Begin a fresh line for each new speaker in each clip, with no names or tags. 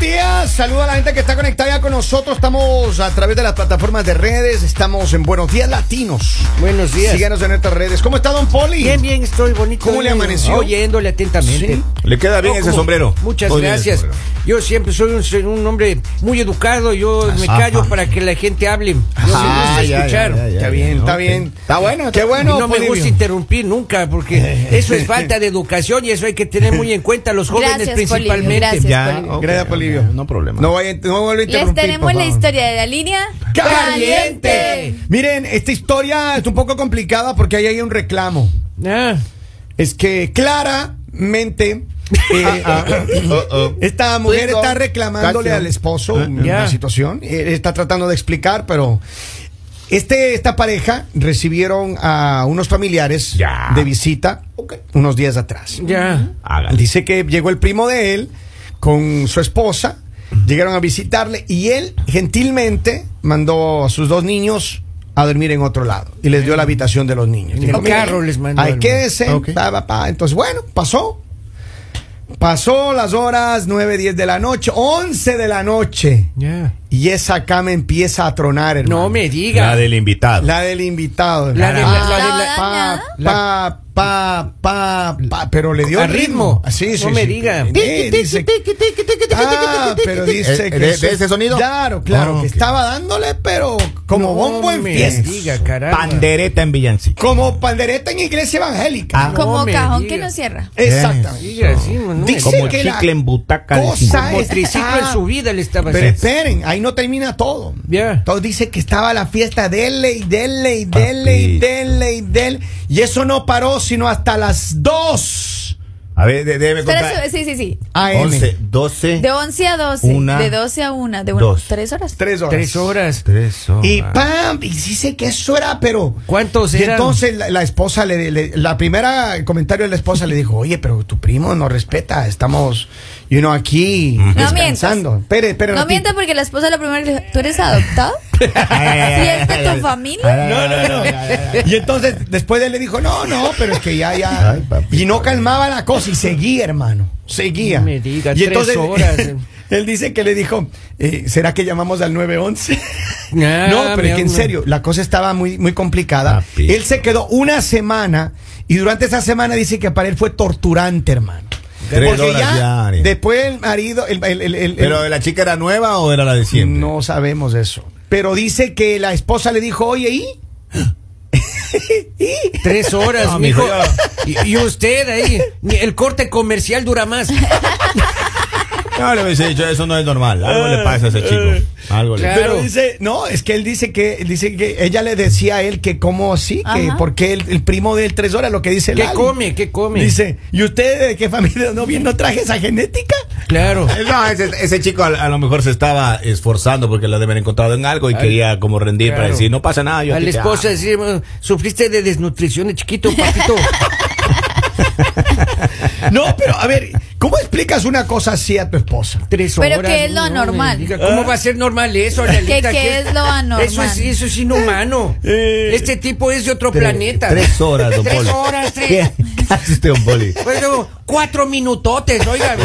días. Saluda a la gente que está conectada ya con nosotros. Estamos a través de las plataformas de redes. Estamos en Buenos Días Latinos.
Buenos días.
Síganos en nuestras redes. ¿Cómo está Don Poli?
Bien, bien, estoy bonito.
¿Cómo le
Oye,
amaneció?
Oyéndole atentamente.
Sí.
Le queda bien
No,
ese
¿cómo?
sombrero.
Muchas
Muy bien ese
gracias.
sombrero.
Yo siempre soy un, soy un hombre muy educado. Yo me
Ajá.
callo para que la gente hable. No
Ajá,
me gusta
Ah, ya,
escuchar.
ya, ya, Está bien, está bien.
Está bueno.
Qué
Y
bueno,
no me
Polibio.
gusta interrumpir nunca porque eso es falta de educación y eso hay que tener muy en cuenta los jóvenes
Gracias,
principalmente.
Polibio, gracias.
Ya,
Polibio.
ok,
Gracias,
ok,
Polibio.
No problema.
No, vaya, no vuelva a
Les
interrumpir,
tenemos
por
la
favor.
historia de la línea
¡Caliente!
Miren, esta historia es un poco complicada porque ahí hay un reclamo.
Ah,
Es que claramente eh,
Oh.
esta mujer
Bingo.
está reclamándole
Calcio.
al esposo una
ya.
situación. Él está tratando de explicar, pero este, esta pareja recibieron a unos familiares
Ya.
de visita unos días atrás.
ya.
Hágale.
Dice que llegó el primo de él con su esposa, llegaron a visitarle y él gentilmente mandó a sus dos niños a dormir en otro lado y les dio la habitación de los niños.
En el carro les mandó
Hay
el-
que Entonces, bueno, pasó. Pasó las horas 9, 10 de la noche, 11 de la noche
Ya.
y esa cama empieza a tronar, hermano.
No me diga.
La del invitado.
La del invitado.
La de-
hermano. Ah,
la de-
Pa,
la-
pa, pa, pa, pa, pa, pero le dio
A ritmo.
Ah, sí, sí,
No me
sí.
diga.
Eh, dice- Ah, pero dice
Eh,
que
de-
eso-
de ese sonido?
Claro, claro,
Ah,
que
ok.
estaba dándole, pero como
No
bombo en
me
fiesta.
diga, caramba.
Pandereta en villancico.
Como pandereta en iglesia evangélica.
Ah.
Como
No me
cajón
diga.
que no cierra.
Exactamente.
Diga, sí, no me
Dice
Como
que la
chicle en butaca. de
cosa
cinco.
es-
Como triciclo en su vida le estaba
Pero
haciendo.
esperen, ahí no termina todo.
Pues Ya.
Entonces dice que estaba la fiesta dele y dele y dele y
Papito.
dele y dele. Y eso no paró sino hasta las 2
A ver, de- déjeme
Pero
contar.
eso- sí, sí, sí.
AM.
11, 12,
De 11 a 12.
Una,
de 12 a 1. De
dos.
3 horas.
Tres horas.
Tres horas.
3.
Y pam, y dice que eso era, pero.
¿Cuántos
Y
eran?
entonces la, la esposa, le, le- la primera el comentario de la esposa le dijo: Oye, pero tu primo nos respeta, estamos, you know, aquí descansando. Espere, espere,
No
ratito.
mientas porque la esposa la primera le dijo, ¿tú eres adoptado?
Ah,
¿Y es de tu familia?
No, no, no.
Y entonces después él le dijo, no, no, pero es que ya, ya.
Ay, papito.
y no calmaba la cosa y seguía, hermano. Seguía.
No me diga,
y
tres
entonces
horas.
él dice que le dijo, eh, ¿será que llamamos al 911?
Ah,
no, pero es
mi
que en
amor.
serio, la cosa estaba muy, muy complicada.
Papito.
Él se quedó una semana y durante esa semana dice que para él fue torturante, hermano.
Tres horas diarias.
después el marido, el, el- el- el-
Pero la chica era nueva o era la de siempre?
no sabemos eso. Pero dice que la esposa le dijo, oye, ¿y?
Tres horas,
No,
mijo.
mijo, ya.
Y, y usted ahí, ni- el corte comercial dura más.
No le hubiese dicho, eso no es normal. Algo le pasa a ese chico. Algo le
Claro.
pasa.
Pero dice, no, es que él dice que dice que ella le decía a él que cómo así, que
Ajá.
porque el, el primo de él tres horas, lo que dice
¿Qué
Lali.
come? ¿Qué come?
Dice, ¿y usted de qué familia no bien no traje esa genética?
Claro.
No, ese, ese chico a, a lo mejor se estaba esforzando porque la deben haber encontrado en algo y quería como rendir para
claro.
decir, no pasa nada. Yo
A
aquí
la
te
esposa
amo".
decir, "Bueno, sufriste de desnutrición de chiquito, papito.
No, pero a ver, ¿cómo explicas una cosa así a tu esposa?
Tres
Pero
horas.
¿qué es lo
no me
normal?
diga,
Ah.
¿Cómo va a ser normal eso, Lalita?
¿Qué- qué es lo anormal?
Eso es, eso es inhumano. este tipo es de otro
Eh. Tres-
planeta.
Tres horas, don
Tres
Poli.
horas, tres.
¿Qué, qué hace usted, don Poli?
Pues luego, cuatro minutotes, oiga.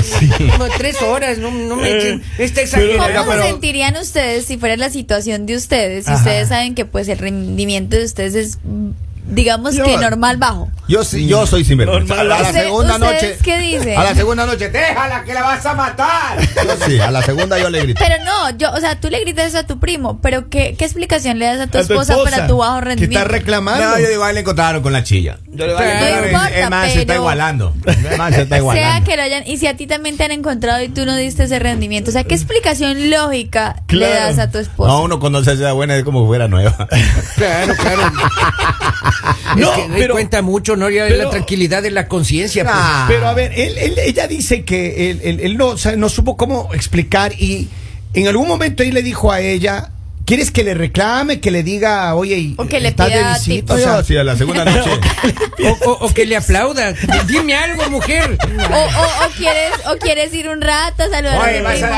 no, tres horas, no, no me echen. Está exagerado.
¿Cómo
Eh, pero-
se sentirían ustedes si fuera la situación de ustedes? Si ustedes saben que pues el rendimiento de ustedes es, mm, digamos
Yo-
que normal bajo.
Yo, sí- yo soy sinvergüenza. A la, a la
Usted-
segunda
¿ustedes
noche.
qué dicen?
A la segunda noche, déjala que la vas a matar. Yo sí, a la segunda yo le grito.
Pero no, yo, o sea, tú le gritas eso a tu primo, pero ¿qué, qué explicación le das a tu, esposa, para tu bajo
Que está
rendimiento?
reclamando.
No, yo digo, ahí le encontraron con la chilla. Yo le digo, ahí le
No
encontraron.
importa,
Es más, se está
pero-
igualando. Es más, se está
sea
igualando.
que lo hayan, y si a ti también te han encontrado y tú no diste ese rendimiento, o sea, ¿qué explicación lógica le
Claro.
das a tu esposa?
No, uno cuando se hace la buena es como fuera nueva.
Claro, claro.
No,
es que no
pero-
cuenta mucho, ¿no? Ya
pero-
la tranquilidad de la conciencia. pues.
Ah.
Pero a ver, él, él- ella dice que él, él- él no, o sea, no supo cómo explicar y en algún momento él le dijo a ella, ¿quieres que le reclame, que le diga, oye, y-
O que le
estás de
pida
visita?
tips.
O
Yo
sea,
sí, a la segunda noche.
O, o- o que le aplauda. Dime algo, mujer.
O, o- o quieres, o quieres ir un rato a saludar a tu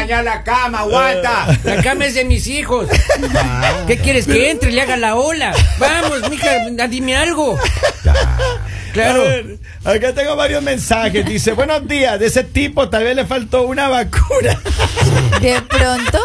primo.
la cama, aguanta.
La cama es de mis hijos.
Ah.
¿Qué quieres que entre? y Le haga la ola. Vamos, mija, na- dime algo. Claro.
A ver, acá tengo varios mensajes. Dice, buenos días, de ese tipo tal vez le faltó una vacuna.
De pronto,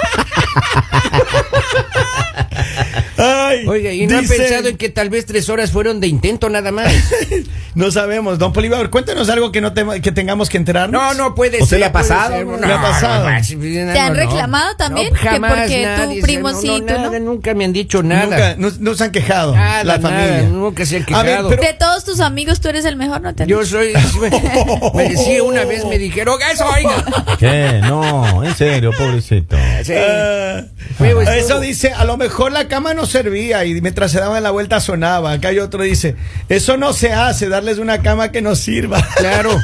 Ay,
Oiga, y no
dice,
ha pensado en que tal vez tres horas fueron de intento nada más.
No sabemos, don Bolívar, cuéntanos algo que no te- que tengamos que enterarnos.
No, no pues, puede
¿Usted
ser.
le ha
puede
pasado?
ser.
¿Le
No,
ha pasado?
no, no,
¿Te han
no.
reclamado también? Que porque tu
nadie,
primo
no,
sí,
no,
tú
nada,
no.
Nunca me han dicho
Nunca,
nada.
no, no se han quejado
Nada,
la familia.
nada, nunca se han
A ver,
quejado.
pero-
de todos tus amigos, tú eres el mejor, no te han
Yo
dicho.
soy. me- Me decía una vez, me dijeron, eso, oiga.
¿Qué? Eh, No, en serio, pobrecito.
Sí.
Ah,
Feo estuvo.
eso dice, a lo mejor la cama no servía y mientras se daban la vuelta sonaba. Acá hay otro dice, eso no se hace, darles una cama que no sirva.
Claro.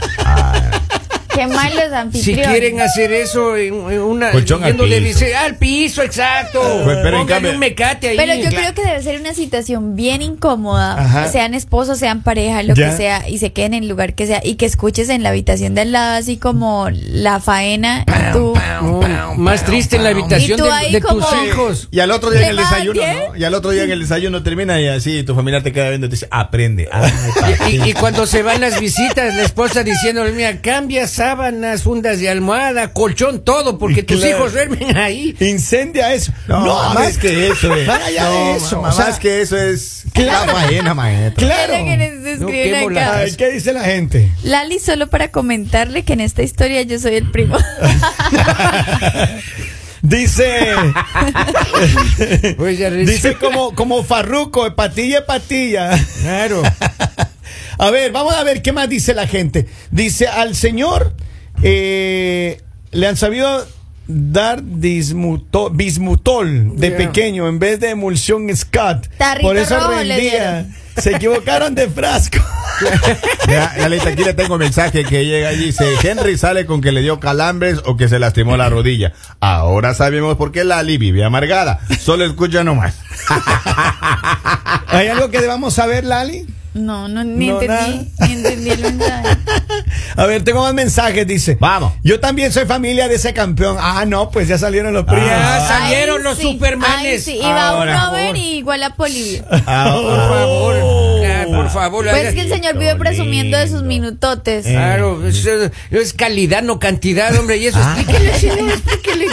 Qué mal los
Si
anfitriones.
quieren hacer eso, en, en una.
Colchón al
yéndole
piso.
dice, al piso, exacto.
Pues, pero en
Póngale
cambio-
un mecate ahí.
Pero yo
Claro.
creo que debe ser una situación bien incómoda,
Ajá.
sean esposos, sean pareja, lo
Ya.
que sea, y se queden en el lugar que sea, y que escuches en la habitación de al lado así como la faena, y tú,
No, más triste en la
Y
habitación
tú
de,
ahí
de tus
como-
hijos.
Y al otro día en el
¿Te va
desayuno,
bien?
¿no? Y al otro día en el desayuno termina y así tu familia te queda viendo y te dice, aprende. Ay,
Y,
papito.
y cuando se van las visitas, la esposa diciéndole, mira, cambia sábanas, fundas de almohada, colchón, todo, porque tus
Claro.
hijos duermen ahí.
Incendia eso.
No, más
más
que eso. eh.
Para allá de
No,
eso.
ma-
o sea,
más que eso es
Claro.
la faena, maestro.
Claro.
Mira que nos escriben
qué
acá.
volada.
Ay, ¿Qué dice la gente?
Lali, solo para comentarle que en esta historia yo soy el primo.
Dice,
Pues ya res-
dice como, como farruco, hepatilla, hepatilla.
Claro.
Ah.
A ver, vamos a ver qué más dice la gente. Dice, al señor eh, le han sabido dar dismuto- bismutol de
Ya.
pequeño en vez de emulsión Scott.
Tarrito
Por eso
rojo le
rendía.
dieron.
Se equivocaron de frasco.
Ya, ya listo, aquí le tengo un mensaje que llega y dice, Henry sale con que le dio calambres o que se lastimó la rodilla. Ahora sabemos por qué Lali vive amargada. Solo escucha nomás.
¿Hay algo que debamos saber, Lali?
No, no, ni
No,
entendí, ni entendí el mensaje.
A ver, tengo más mensajes, dice.
Vamos.
Yo también soy familia de ese campeón. Ah, no, pues ya salieron los primos.
Ya
Ah,
salieron los
sí, ay,
supermanes.
sí, Iba
Ahora,
uno a
por
ver
favor.
y igual a Poli.
Por
Ah.
favor. ya, por favor.
Pues
haga-
es que el señor vive presumiendo de sus minutotes.
Claro, es, eh, es calidad, no cantidad, hombre. Y eso
Ah.
explíquele, señor, explíquele.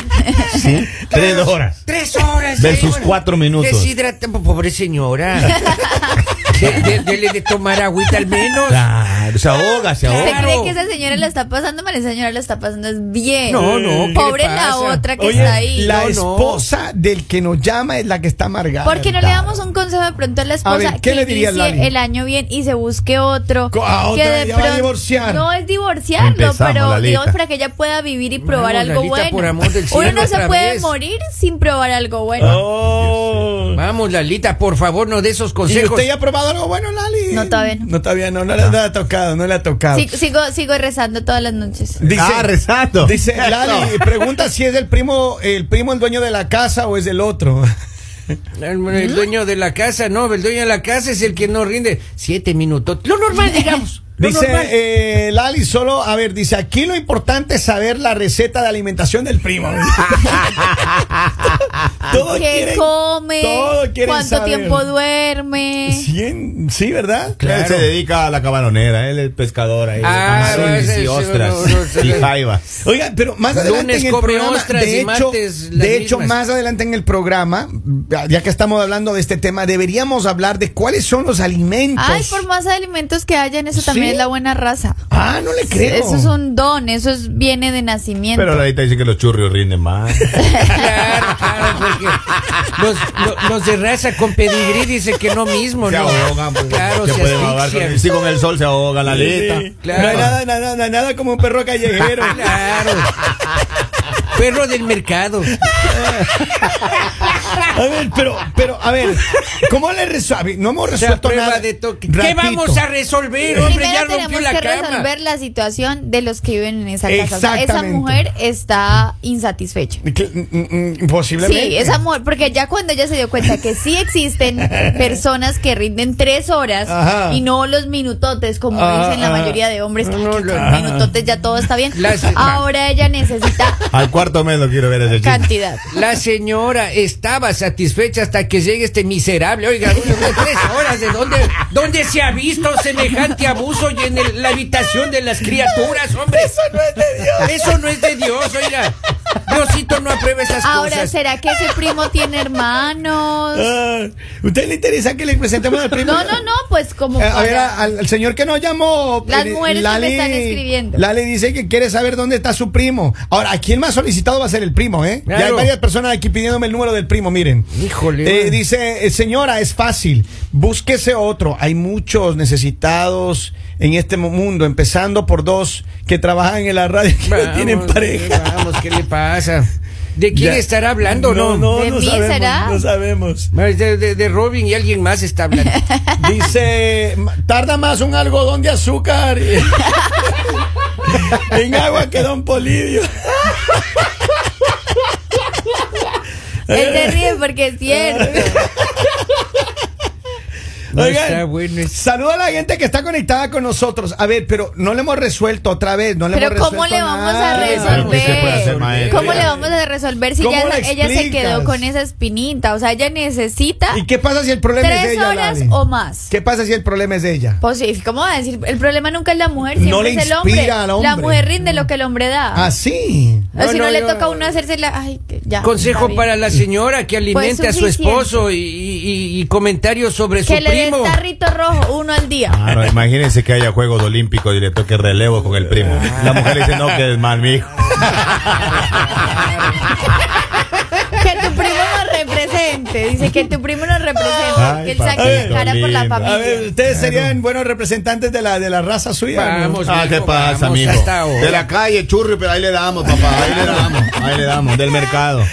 Sí, tres horas.
Tres horas.
Versus
ahí, bueno.
cuatro minutos.
Deshidrata, po- pobre señora. De- de- Dele de tomar agüita al menos.
Claro, se ahoga, se
¿Usted
ahoga.
cree que esa señora la está pasando mal? Esa señora la está pasando es bien.
No, no, ¿qué le
Pobre la
pasa?
otra Ah, que
Oye,
está ahí.
la
No, no.
esposa del que nos llama es la que está amargada.
¿Por qué no le damos un consejo de pronto a la esposa
A ver, ¿qué
que
le dirías, Lali?
inicie el año bien y se busque otro?
Co- a
que
otra,
de
ya va a
pron-
divorciar.
No es divorciarlo,
Empezamos,
pero
Lalita.
digamos para que ella pueda vivir y probar
Vamos,
algo
Lalita,
bueno.
por amor del
Uno
cielo,
no se
otra
puede
vez.
morir sin probar algo bueno.
Oh.
Vamos, Lalita, por favor, no de esos
¿Y
consejos.
usted ya ha probado algo bueno, Lali?
No, todavía no.
No, todavía no, no, le, no le ha tocado, no le ha tocado.
Sig- sigo, sigo rezando todas las noches.
Dice,
Ah, rezando.
Dice
Eso.
Lali, pregunta si es del primo, el primo el dueño de la casa o es del otro.
El,
¿Mm?
el dueño de la casa, no, el dueño de la casa es el que no rinde. Siete minutos. Lo normal, digamos. Lo
Dice
normal.
eh, Lali solo, a ver, dice aquí lo importante es saber la receta de alimentación del primo. Todos
¿Qué
quieren-
come?
todos quieren
¿Cuánto
saber.
tiempo duerme?
Cien- sí, ¿verdad?
Él se dedica a la cabalonera, él es pescador ahí.
Ah,
Amazonas
ese-
y
ese-
ostras
no, no, se-
y jaiba.
Oiga, pero más adelante
Lunes
en el
cobre
programa,
ostras
de
y
hecho,
martes las
de hecho,
mismas.
más adelante en el programa, ya que estamos hablando de este tema, deberíamos hablar de cuáles son los alimentos.
Ay, por más alimentos que hayan, eso también
Sí.
es la buena raza.
Ah, no le creo.
Eso es un don, eso es, viene de nacimiento.
Pero Lalita dice que los churrios rinden más.
Claro, claro, porque los, lo- los de raza con pedigrí dicen que no mismo,
se
¿no?
ahogan, pues,
claro,
se,
se,
pueden ahogar con el,
asfixian.
sí, con el sol se ahoga Lalita.
Sí.
Claro.
No hay nada, nada, nada, nada como un perro callejero.
Claro. Perro del mercado.
A ver, pero, pero, a ver, ¿cómo le resuelve? No hemos
O sea,
resuelto
prueba
nada.
de toque. ¿Qué
Ratito.
vamos a resolver, hombre?
Primero
Ya rompió
tenemos
la
que
cama.
resolver la situación de los que viven en esa casa. O sea, esa
Exactamente.
mujer está insatisfecha.
Que- mm, mm, Posiblemente.
Sí, esa mujer, porque ya cuando ella se dio cuenta que sí existen personas que rinden tres horas
Ajá.
y no los minutotes, como
Ah,
dicen la
ah.
mayoría de hombres,
No, no,
"Ay, que
lo-
con minutotes ya todo está bien.
Las-
Ahora ella necesita
Al cuarto mes lo quiero ver ese chico.
cantidad.
La señora estaba satisfecha hasta que llegue este miserable. Oiga, uno, uno, tres horas de dónde, dónde se ha visto semejante abuso y en el- la habitación de las criaturas, hombre. Eso no es de Dios. Eso no es de Dios, oiga. Diosito no aprueba esas
Ahora,
cosas.
¿será que ese primo tiene hermanos?
Ah, ¿Usted le interesa que le presentemos al primo?
No, no, no, pues como...
Eh, a ver,
para-
ah,
a- al, al señor que nos llamó.
Las
eh,
mujeres que me están escribiendo.
Lali dice que quiere saber dónde está su primo. Ahora, aquí el más solicitado va a ser el primo, ¿eh? Ya hay
Claro.
varias personas aquí pidiéndome el número del primo, miren.
Híjole.
Eh, dice, eh, señora, es fácil, búsquese otro. Hay muchos necesitados en este mu- mundo, empezando por dos que trabajan en la radio que no
Vamos,
tienen pareja.
Vamos, ¿qué le pasa? ¿De quién
Ya.
estará hablando, no?
No,
¿De
no
mí
sabemos,
será?
no sabemos.
De, de- de Robin y alguien más está hablando.
Dice, "Ma- tarda más un algodón de azúcar en agua que don Polidio.
Él
eh.
se ríe porque es cierto.
No
Oigan,
está bueno ese.
saludo a la gente que está conectada con nosotros. A ver, pero no le hemos resuelto otra vez, no le
Pero
hemos
¿cómo
resuelto
le vamos a
nada.
Claro que se puede hacer,
resolver?
maestra.
¿Cómo le vamos a resolver si
¿Cómo
ya
le
esa- ella se
explicas?
quedó con esa espinita? O sea, ella necesita
¿Y qué pasa si el problema es de
tres
ella?
horas
Lali?
o más.
¿Qué pasa si el problema es de ella?
Pues sí, ¿cómo va a decir? El problema nunca es la mujer, siempre
No le
es el hombre.
inspira al hombre.
La mujer rinde lo que el hombre da.
Ah, sí.
O si
No,
no,
no,
le
yo-
toca a uno hacerse la... Ay, que ya.
Consejo
está
para
bien. Pues,
la señora que alimente a su
suficiente.
esposo y, y- y comentarios sobre
Que
su
le dé
primo.
tarrito rojo, uno al día.
Ah, no, imagínense que haya Juegos Olímpicos y le toque relevo con el primo.
Ah.
La mujer le dice, no, que es mal, mijo. Ah.
Que tu primo nos represente. Dice que tu primo nos represente.
Ay,
que él saque
papito
cara por la
lindo.
familia.
A ver, ustedes serían buenos representantes de la, de la raza suya.
Vamos.
Ah, ¿qué
mijo,
pasa,
vamos
mijo?
hasta ahora.
De la calle, churri, pero ahí le damos, papá, ahí le damos, ahí le damos, del mercado.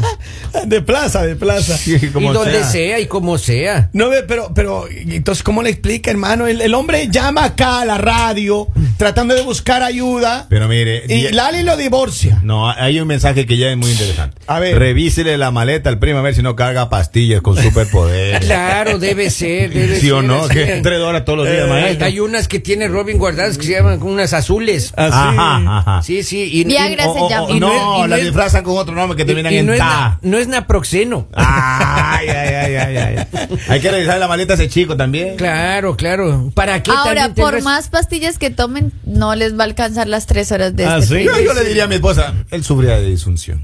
¿no? De plaza, de plaza.
Y
Como
donde
sea.
sea y como sea.
No, ve, pero, pero, entonces, ¿cómo le explica, hermano? El, el hombre llama acá a la radio tratando de buscar ayuda.
Pero mire,
y
di-
Lali lo divorcia.
no, hay un mensaje que ya es muy interesante.
A ver.
Revísele la maleta al primo a ver si no carga pastillas con superpoderes.
Claro, debe ser, debe
¿Sí
ser
o no?
así. Eh,
Que tres dólares todos los días, maestro.
Hay unas que tiene Robin guardadas que se llaman como unas azules.
Ah.
Así.
Ajá, ajá.
Sí, sí. Y, y-
Viagra
o-
se
O- o-
llama.
o
Y no
no,
es- y no
la
es-
disfrazan con otro nombre que terminan
y
en
no, es na-
ta.
no es naproxeno.
Ay, ay, ay, ay, ay, ay. Hay que revisar la maleta a ese chico también.
Claro, claro. ¿Para qué
Ahora,
también te
por
vas-
más pastillas que tomen, no les va a alcanzar las tres horas de
Ah,
este
¿sí?
tipo.
Yo, yo le diría a mi esposa, él sufría de disunción.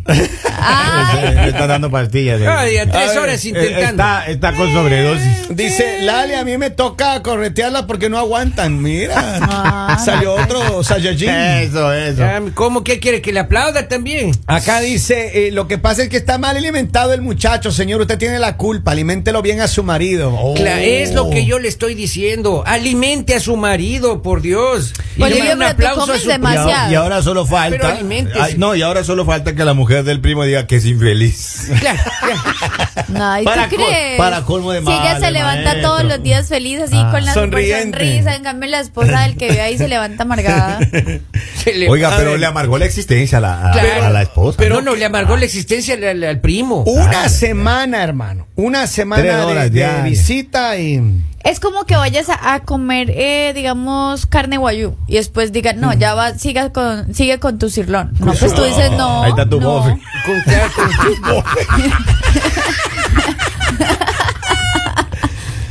Ay,
Le están dando pastillas. de-
Ay, a tres
A ver,
horas
eh,
intentando.
Está, está con sobredosis.
Dice, Lali, a mí me toca corretearla porque no aguantan. Mira.
Ah.
Salió otro Saiyajin.
Eso, eso.
Ya, ¿Cómo que quiere que le aplauda también?
Acá dice, eh, lo que pasa es que está mal alimentado el muchacho, señor. Usted tiene la culpa. Aliméntelo bien a su marido. Oh.
Cla- es lo que yo le estoy diciendo. Alimente a su marido, por Dios. Y
Oye,
le
yo,
un
pero tú
aplauso a
comes
su
Ah, Y ahora-
demasiado.
Y, ahora solo
Pero
falta.
aliméntese.
Ay, no, y ahora solo falta que la mujer del primo diga que es infeliz.
Claro, claro.
Ay, ¿tú
Para col-
crees?
para colmo de
Si ella se
males,
levanta
maestro.
todos los días feliz, así
Ah.
con la super
Sonriente.
sonrisa. En cambio, la esposa del que ve ahí se levanta amargada.
Se le-
Oiga,
A
pero
ver.
le amargó la existencia a la, a-
Claro.
a la esposa. Ah. Uh.
Pero no, le amargó la existencia al- al, al primo.
Una semana, hermano. Una
Tres
semana de-
horas
de,
diarias.
visita y.
Es como que vayas a, a comer, eh, digamos, carne guayú y después digan, no, ya va, siga con, sigue con tu cirlón. No, pues tú dices, no.
Ahí está tu
no.
bofe.
Con claro, con-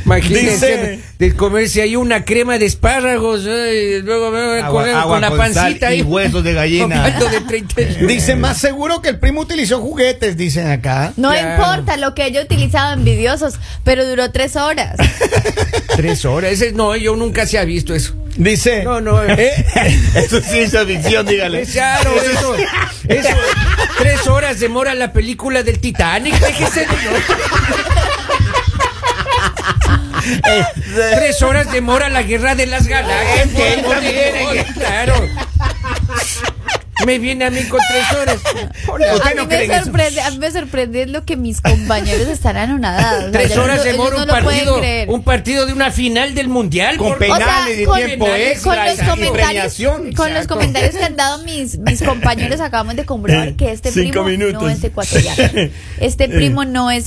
Imagínense
Dice-
de comerse ahí una crema de espárragos, eh, y luego me
Agua- agua
con la
con
pancita
sal y
ahí.
huesos de gallina.
con caldo de 30
Dice, más seguro que el primo utilizó juguetes, dicen acá.
No
Claro.
importa lo que haya utilizado envidiosos, pero duró tres horas.
Tres horas. Ese, no, yo nunca se ha visto eso.
Dice.
No, no.
eh,
Eso es ciencia ficción, dígale.
Claro, eso, eso. Tres horas demora la película del Titanic. Déjese de Eh, Tres horas demora la guerra de las galaxias. por amor de Dios, claro. Me viene a mí con tres horas.
a, mí me sorprende, a mí me sorprende lo que mis compañeros están anonadados. O sea,
Tres
yo
horas
no- ellos
demora
no
un
lo pueden
partido,
creer.
un partido de una final del mundial.
Con
por-
pena- penales y
con,
tiempo extra
con los
y
comentarios,
premiación.
con los
Exacto.
comentarios que han dado mis, mis compañeros acabamos de comprobar que este
Cinco
primo no
minutos. Eh.
es ecuatoriano. Este primo no es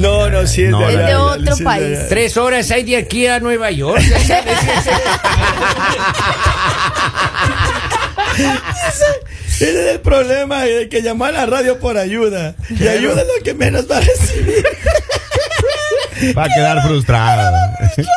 no, no, sí, es
No,
de,
es
allá,
de
Lali,
otro
sí es de
país.
allá.
Tres horas hay de aquí a Nueva York.
Ese es el problema, el
eh,
que llamó a la radio por ayuda. Y ayuda es lo que menos va a recibir.
Va a quedar frustrado.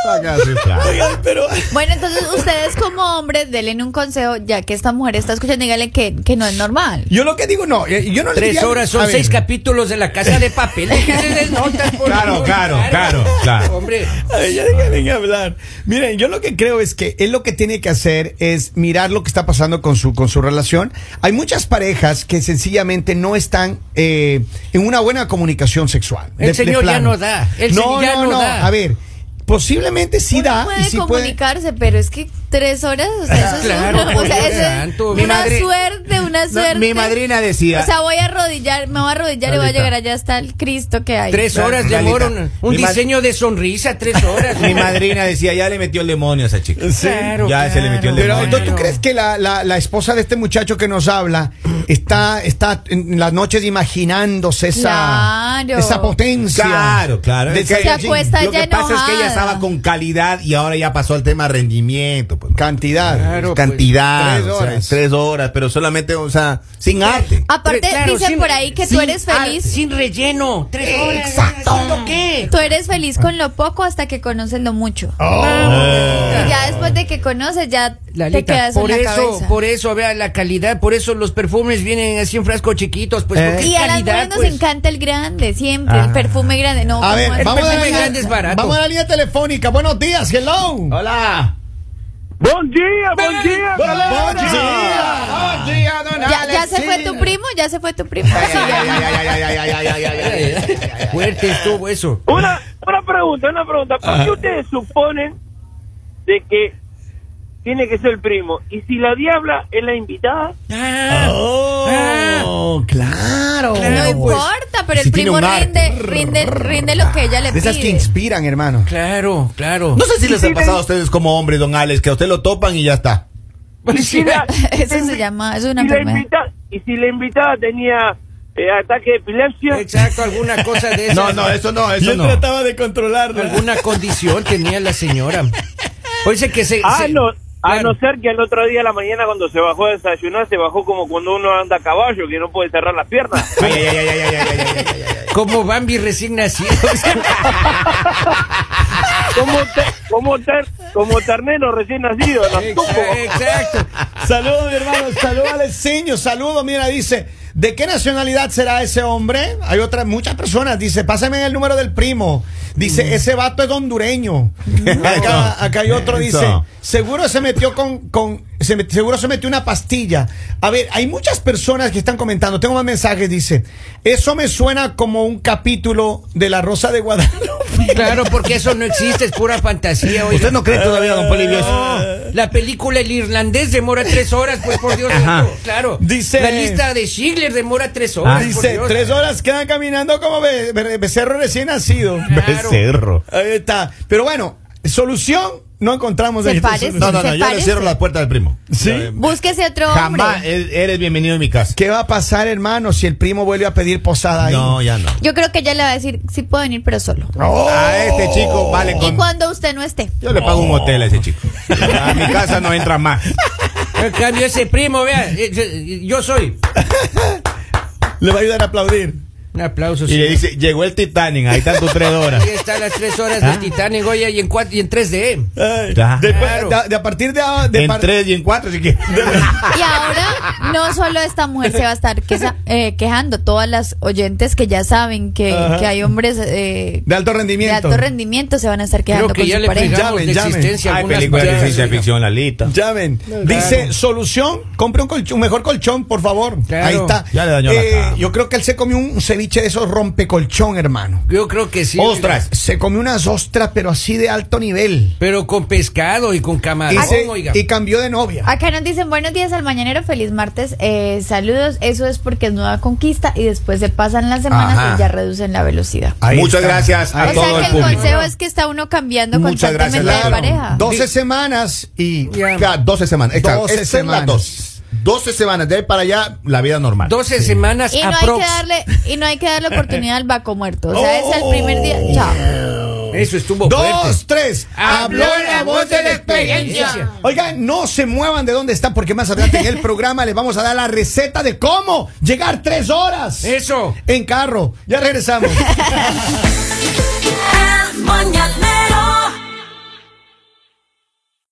Va a quedar frustrado.
Oigan, pero
Ah.
Bueno, entonces ustedes como hombres, denle un consejo, ya que esta mujer está escuchando, dígale que, que no es normal.
Yo lo que digo, no, eh, yo no le
Tres
diría-
horas
a
son
ver,
seis capítulos de la casa de papel. Déjense de notas, por
Claro,
favor.
claro, claro, claro.
Hombre,
a ver, ya déjenme hablar.
Miren, yo lo que creo es que él lo que tiene que hacer es mirar lo que está pasando con su, con su relación. Hay muchas parejas que sencillamente no están eh, en una buena comunicación sexual.
El señor ya
plano.
no da, el
no,
señor ya
no,
no
no.
da.
A ver, posiblemente sí
Uno
da. y
puede
sí puede-
comunicarse, pero es que tres horas, o sea, eso es
Ah, Claro,
una- o sea,
por
eso es
tanto. Mi
una
madre-
suerte, una
No,
suerte.
mi madrina decía.
O sea, voy a arrodillar, me voy a arrodillar y voy a
Lalita.
llegar allá hasta el Cristo que hay.
tres horas
Lalita,
demoran. Un
mi ma-
diseño de sonrisa, tres horas.
Mi madrina decía, ya le metió el demonio a esa chica.
Claro,
ya se le metió el
Pero
demonio.
entonces, ¿tú crees que la, la- la esposa de este muchacho que nos habla está, está en las noches imaginándose esa,
Claro.
esa potencia?
Claro, claro.
De
Es que-
que-
Se acuesta
lo que
ya
pasa es que ella
enojada.
estaba con calidad y ahora ya pasó al tema rendimiento. pues.
Cantidad.
Claro, pues.
cantidad,
Tres
o sea,
horas.
tres horas, pero solamente, o sea, sin arte.
Aparte,
Tres- claro,
dicen
sin-
por ahí que
sin
tú eres
ar-
feliz.
sin relleno. Tres horas. ¿Exacto qué?
Tú eres feliz con lo poco hasta que conoces lo mucho.
Oh.
Y ya después de que conoces, ya te
Lalita,
quedas
por
en la
eso,
cabeza.
por eso, vea la calidad, por eso los perfumes vienen así en frascos chiquitos, pues porque
Y
es
a las
calidad,
mujeres nos
pues.
encanta el grande, siempre, el perfume grande. No,
A
¿cómo
ver,
así?
vamos a, la
perfume
línea,
grande es barato.
vamos a la línea telefónica. Buenos días, hello.
Hola.
Bom dia, bom
pues.
dia,
Buen
galera!
día. Buen día, don
¿Ya, ya se fue
Alexis.
tu primo, ya se fue tu primo.
Fuerte estuvo eso.
Una, una pregunta, una pregunta. ¿Por qué
Ah.
ustedes suponen de que tiene que ser el primo? Y si la diabla es la invitada,
Ah.
Ah,
Oh, claro.
No
Claro, pues.
importa, pero
Si
el
tiene
primo
un arte.
rinde, rinde, rinde lo que ella le
De esas que
pide.
inspiran, hermano.
Claro, claro.
No sé si les ha pasado a ustedes como hombre, don Alex, que a usted lo topan y ya está.
y si la-
Eso se llama, eso es una
si la
enfermedad.
invita- y si la invitada tenía eh, ataque de epilepsia,
Exacto, alguna cosa de eso.
No, no, eso no,
Y
eso
él
no.
trataba de controlarla.
Alguna condición tenía la señora. Parece que se.
a
Ah,
se-
no, a
claro.
no ser que el otro día a la mañana cuando se bajó a desayunar, se bajó como cuando uno anda a caballo, que no puede cerrar las piernas.
Ay, ay, ay, ay, ay, ay, ay, ay, ay, ay.
Como Bambi recién nacido.
Como, ter- como, ter- como ternero recién nacido, las tuvo.
Exacto.
Saludos, mi hermano. Saludos, Alexiño. Saludos. Mira, dice, ¿de qué nacionalidad será ese hombre? Hay otras, muchas personas. Dice, pásame el número del primo. Dice, ese vato es hondureño. Acá,
Eso.
acá hay otro, dice,
Eso.
seguro se metió con, con se met- seguro se metió una pastilla. A ver, hay muchas personas que están comentando. Tengo más mensajes, dice, eso me suena como un capítulo de La Rosa de Guadalupe.
Claro, porque eso no existe, es pura fantasía. oiga.
¿Usted no cree todavía, don Polivio?
No, la película El Irlandés demora tres horas, pues por Dios,
Ajá. Ah.
santo, claro.
Dice-
La lista de Schigler demora tres horas. por
Dice,
Dios.
tres horas quedan caminando como be- be- becerro recién nacido.
Claro.
Becerro.
Ahí está. Pero bueno, solución no encontramos.
Se
ahí.
parece.
Solución.
No, no, no,
¿Se
yo le
parece?
cierro la puerta al primo. eh,
¿Sí?
Búsquese otro
Jamás
hombre.
e- eres bienvenido en mi casa.
¿Qué va a pasar, hermano, si el primo vuelve a pedir posada ahí?
No, ya no.
Yo creo que ella le va a decir, sí puedo venir, pero solo.
A este chico vale
Y
con.
cuando usted no esté.
Yo le pago un hotel a ese chico. A mi casa no entra más.
En cambio, ese primo, vea, eh, eh, yo soy.
Le va a ayudar a aplaudir.
Un aplauso.
Y le
señor.
dice, llegó el Titanic, ahí están tus tres horas.
Ahí está las tres horas
¿Ah?
del Titanic, oye, y en, cuatro, y en 3D.
Ay,
Ya.
después-
Claro.
de, de a partir de, a- de
En
par-
tres y en cuatro, así que.
Y ahora no solo esta mujer se va a estar queza- eh, quejando, todas las oyentes que ya saben que,
Ajá.
que hay hombres eh,
de alto
de
rendimiento.
alto rendimiento se van a estar
Creo
quejando
que
con
ya
su
le
pareja.
pegamos
Llamen,
de
llamen.
existencia
Hay
algunas
películas de
mujeres,
ciencia
oiga.
ficción, Lalita.
Llamen. Dice, solución, compre un, colch- un mejor colchón, por favor.
Claro.
Ahí está. Eh,
Ya le dañó la cama.
Yo creo que él se comió un ceviche de esos rompecolchón, hermano.
Yo creo que sí.
Ostras.
Se comió unas ostras, pero así de alto nivel.
Pero con pescado y con
Y,
camarón,
Ah,
se-
oiga.
y cambió de novia.
Acá nos dicen buenos días al mañanero, feliz martes, eh, saludos, eso es porque es nueva conquista y después se pasan las semanas
Ajá.
y ya reducen la velocidad.
Ahí
Muchas
está.
gracias a
o sea
todo
que
el
el,
público.
consejo es que está uno cambiando
Muchas gracias,
constantemente de
claro.
pareja.
12 semanas y
Ya.
Ca- 12 semanas. Exacto.
12
Esta es la
semanas.
12. 12 semanas. De ahí para allá, la vida normal.
12 semanas
Y no, hay
aprox.
Oh.
que darle, y no hay que darle oportunidad al vaco muerto. O sea, es el primer día. Chao.
Eso estuvo
Dos,
fuerte.
tres.
Habló la voz de la experiencia.
Oigan, no se muevan de donde están porque más adelante en el programa les vamos a dar la receta de cómo llegar tres horas.
Eso.
En carro. Ya regresamos.
El mañanero